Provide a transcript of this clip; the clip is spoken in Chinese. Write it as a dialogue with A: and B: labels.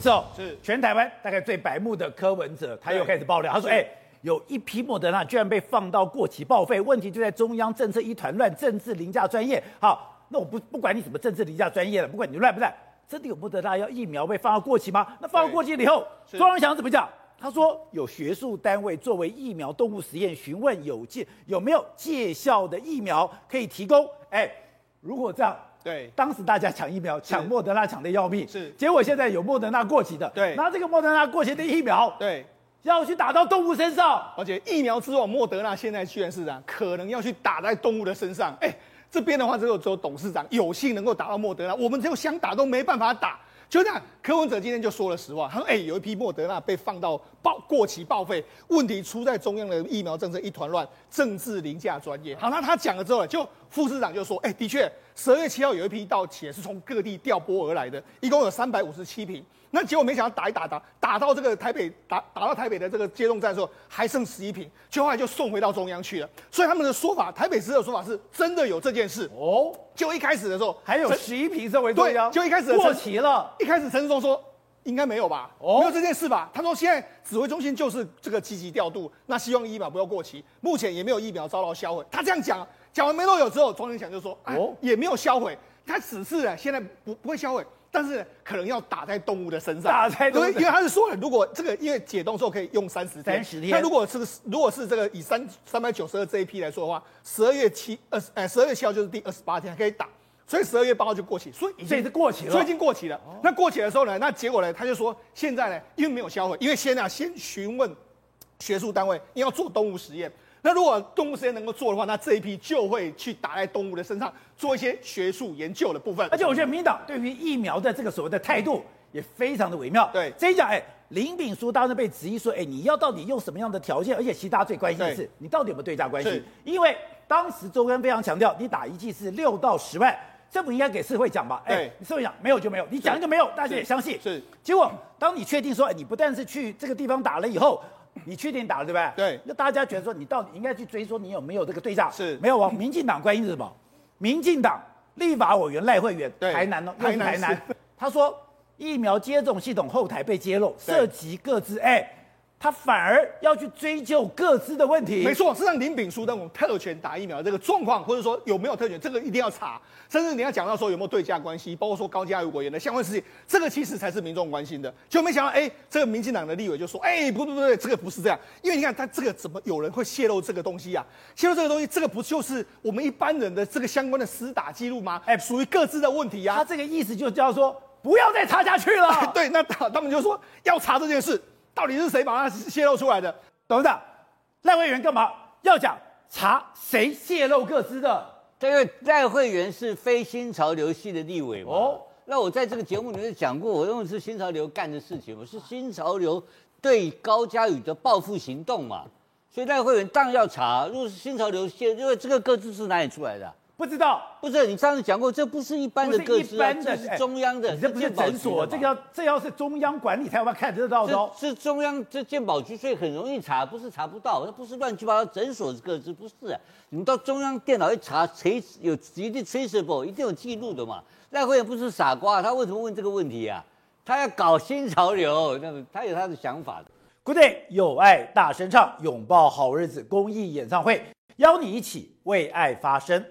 A: 之后，
B: 是
A: 全台湾大概最白目的柯文哲，他
B: 对
A: 又开始爆料，他说：“哎、有一批莫德纳居然被放到过期报废，问题就在中央政策一团乱，政治凌驾专业。”好，那我不不管你什么政治凌驾专业了，不管你乱不乱，真的有莫德纳要疫苗被放到过期吗？那放到
B: 对
A: 过期了以后，
B: 是
A: 庄荣祥怎么讲？他说有学术单位作为疫苗动物实验，询问有界有没有介效的疫苗可以提供。哎，如果这样，
B: 对
A: 当时大家抢疫苗，抢莫德纳抢的要命，
B: 是
A: 结果现在有莫德纳过期的，
B: 对
A: 拿这个莫德纳过期的疫苗，
B: 对，
A: 要去打到动物身上，
B: 而且疫苗之后，莫德纳现在居然是啊，可能要去打在动物的身上。哎、这边的话只有只有董事长有幸能够打到莫德纳，我们只有想打都没办法打。就这样，柯文哲今天就说了实话，他说：“哎、有一批莫德纳被放到报过期报废，问题出在中央的疫苗政策一团乱，政治凌驾专业。”好，那他讲了之后，就副市长就说：“哎、的确，十二月七号有一批到期是从各地调拨而来的，一共有三百五十七瓶。那结果没想到打一打打打到这个台北打打到台北的这个接种站的时候，还剩十一瓶，就后来就送回到中央去了。所以他们的说法，台北市的说法是真的有这件事。
A: 哦，
B: 就一开始的时候，
A: 还有
B: 陈
A: 十一瓶作为中央，
B: 对就一开始的
A: 过
B: 陈
A: 期了，
B: 一开始陈世忠说应该没有吧，
A: 哦
B: 没有这件事吧？他说现在指挥中心就是这个积极调度，那希望疫苗不要过期，目前也没有疫苗遭到销毁。他这样讲，讲完没多久之后，庄仁祥就说，哎、
A: 哦
B: 也没有销毁，他只是啊现在不不会销毁。但是可能要打在动物的身上，
A: 打在动物
B: 因为因为他是说了，如果这个因为解冻之后可以用三十天，
A: 30天
B: 那如果是如果是这个以三三百九十二这一批来说的话，十二月七二十呃十二月七号就是第二十八天还可以打，所以十二月八号就过期，所以已经
A: 所以是过期了
B: 所以已经过期了。那过期的时候呢，那结果呢，他就说现在呢，因为没有销毁，因为先啊先询问学术单位，你要做动物实验。那如果动物实验能够做的话，那这一批就会去打在动物的身上，做一些学术研究的部分。
A: 而且我觉得民进党对于疫苗的这个所谓的态度也非常的微妙，
B: 对
A: 这一讲，哎，林炳书当时被质疑说，哎，你要到底用什么样的条件？而且其实大家最关心的是
B: 对，
A: 你到底有没有对价关系
B: 是？
A: 因为当时周根非常强调，你打一剂是六到十万，政府应该给社会讲吧？哎
B: 对，
A: 你社会讲没有就没有，你讲一个没有，大家也相信。
B: 是
A: 结果当你确定说，哎，你不但是去这个地方打了以后。你确定打了对不对？
B: 对
A: 那大家觉得说你到底应该去追说你有没有这个对价？
B: 是
A: 没有啊。民进党关心是什么？民进党立法委员赖慧媛
B: 对
A: 台南哦，又
B: 台
A: 是
B: 南
A: 台南
B: 市，
A: 他说疫苗接种系统后台被揭露，
B: 对
A: 涉及各自，哎，他反而要去追究各自的问题。
B: 没错，是让林炳书那种特权打疫苗的这个状况，或者说有没有特权，这个一定要查。甚至你要讲到说有没有对价关系，包括说高嘉瑜委员的相关事情，这个其实才是民众关心的。就没想到，哎、这个民进党的立委就说，哎、不不不对，这个不是这样，因为你看他这个怎么有人会泄露这个东西啊？泄露这个东西，这个不就是我们一般人的这个相关的私打记录吗？哎、
A: 哎
B: 属于各自的问题呀、。
A: 他这个意思就叫说不要再插下去了
B: 对，那他他们就说要查这件事，到底是谁把它泄露出来的？
A: 董事长，赖委员干嘛要讲查谁泄露各自的？
C: 对，因为赖慧媛是非新潮流系的立委嘛。
A: 哦
C: 哦，那我在这个节目里面讲过，我用的是新潮流干的事情，我是新潮流对高嘉宇的报复行动嘛。所以赖慧媛当然要查，如果是新潮流系，因为这个各自是哪里出来的啊、
A: 不知道，
C: 不是你上次讲过，这不是一般的
A: 不
C: 各
A: 是一
C: 自、啊，
A: 般的，
C: 这
A: 哎
C: 是中央的，
A: 你这不是
C: 健保局
A: 诊所，
C: 的嘛
A: 这个要这要是中央管理才有办法看得到的哦。
C: 这这中央这鉴宝局，所以很容易查，不是查不到，那不是乱七八糟，诊所各自不是、啊。你们到中央电脑一查，谁有一定 traceable，一定有记录的嘛。赖慧也不是傻瓜，他为什么问这个问题啊？他要搞新潮流，那个他有他的想法的。
A: Good Day 有爱大声唱，拥抱好日子公益演唱会，邀你一起为爱发声。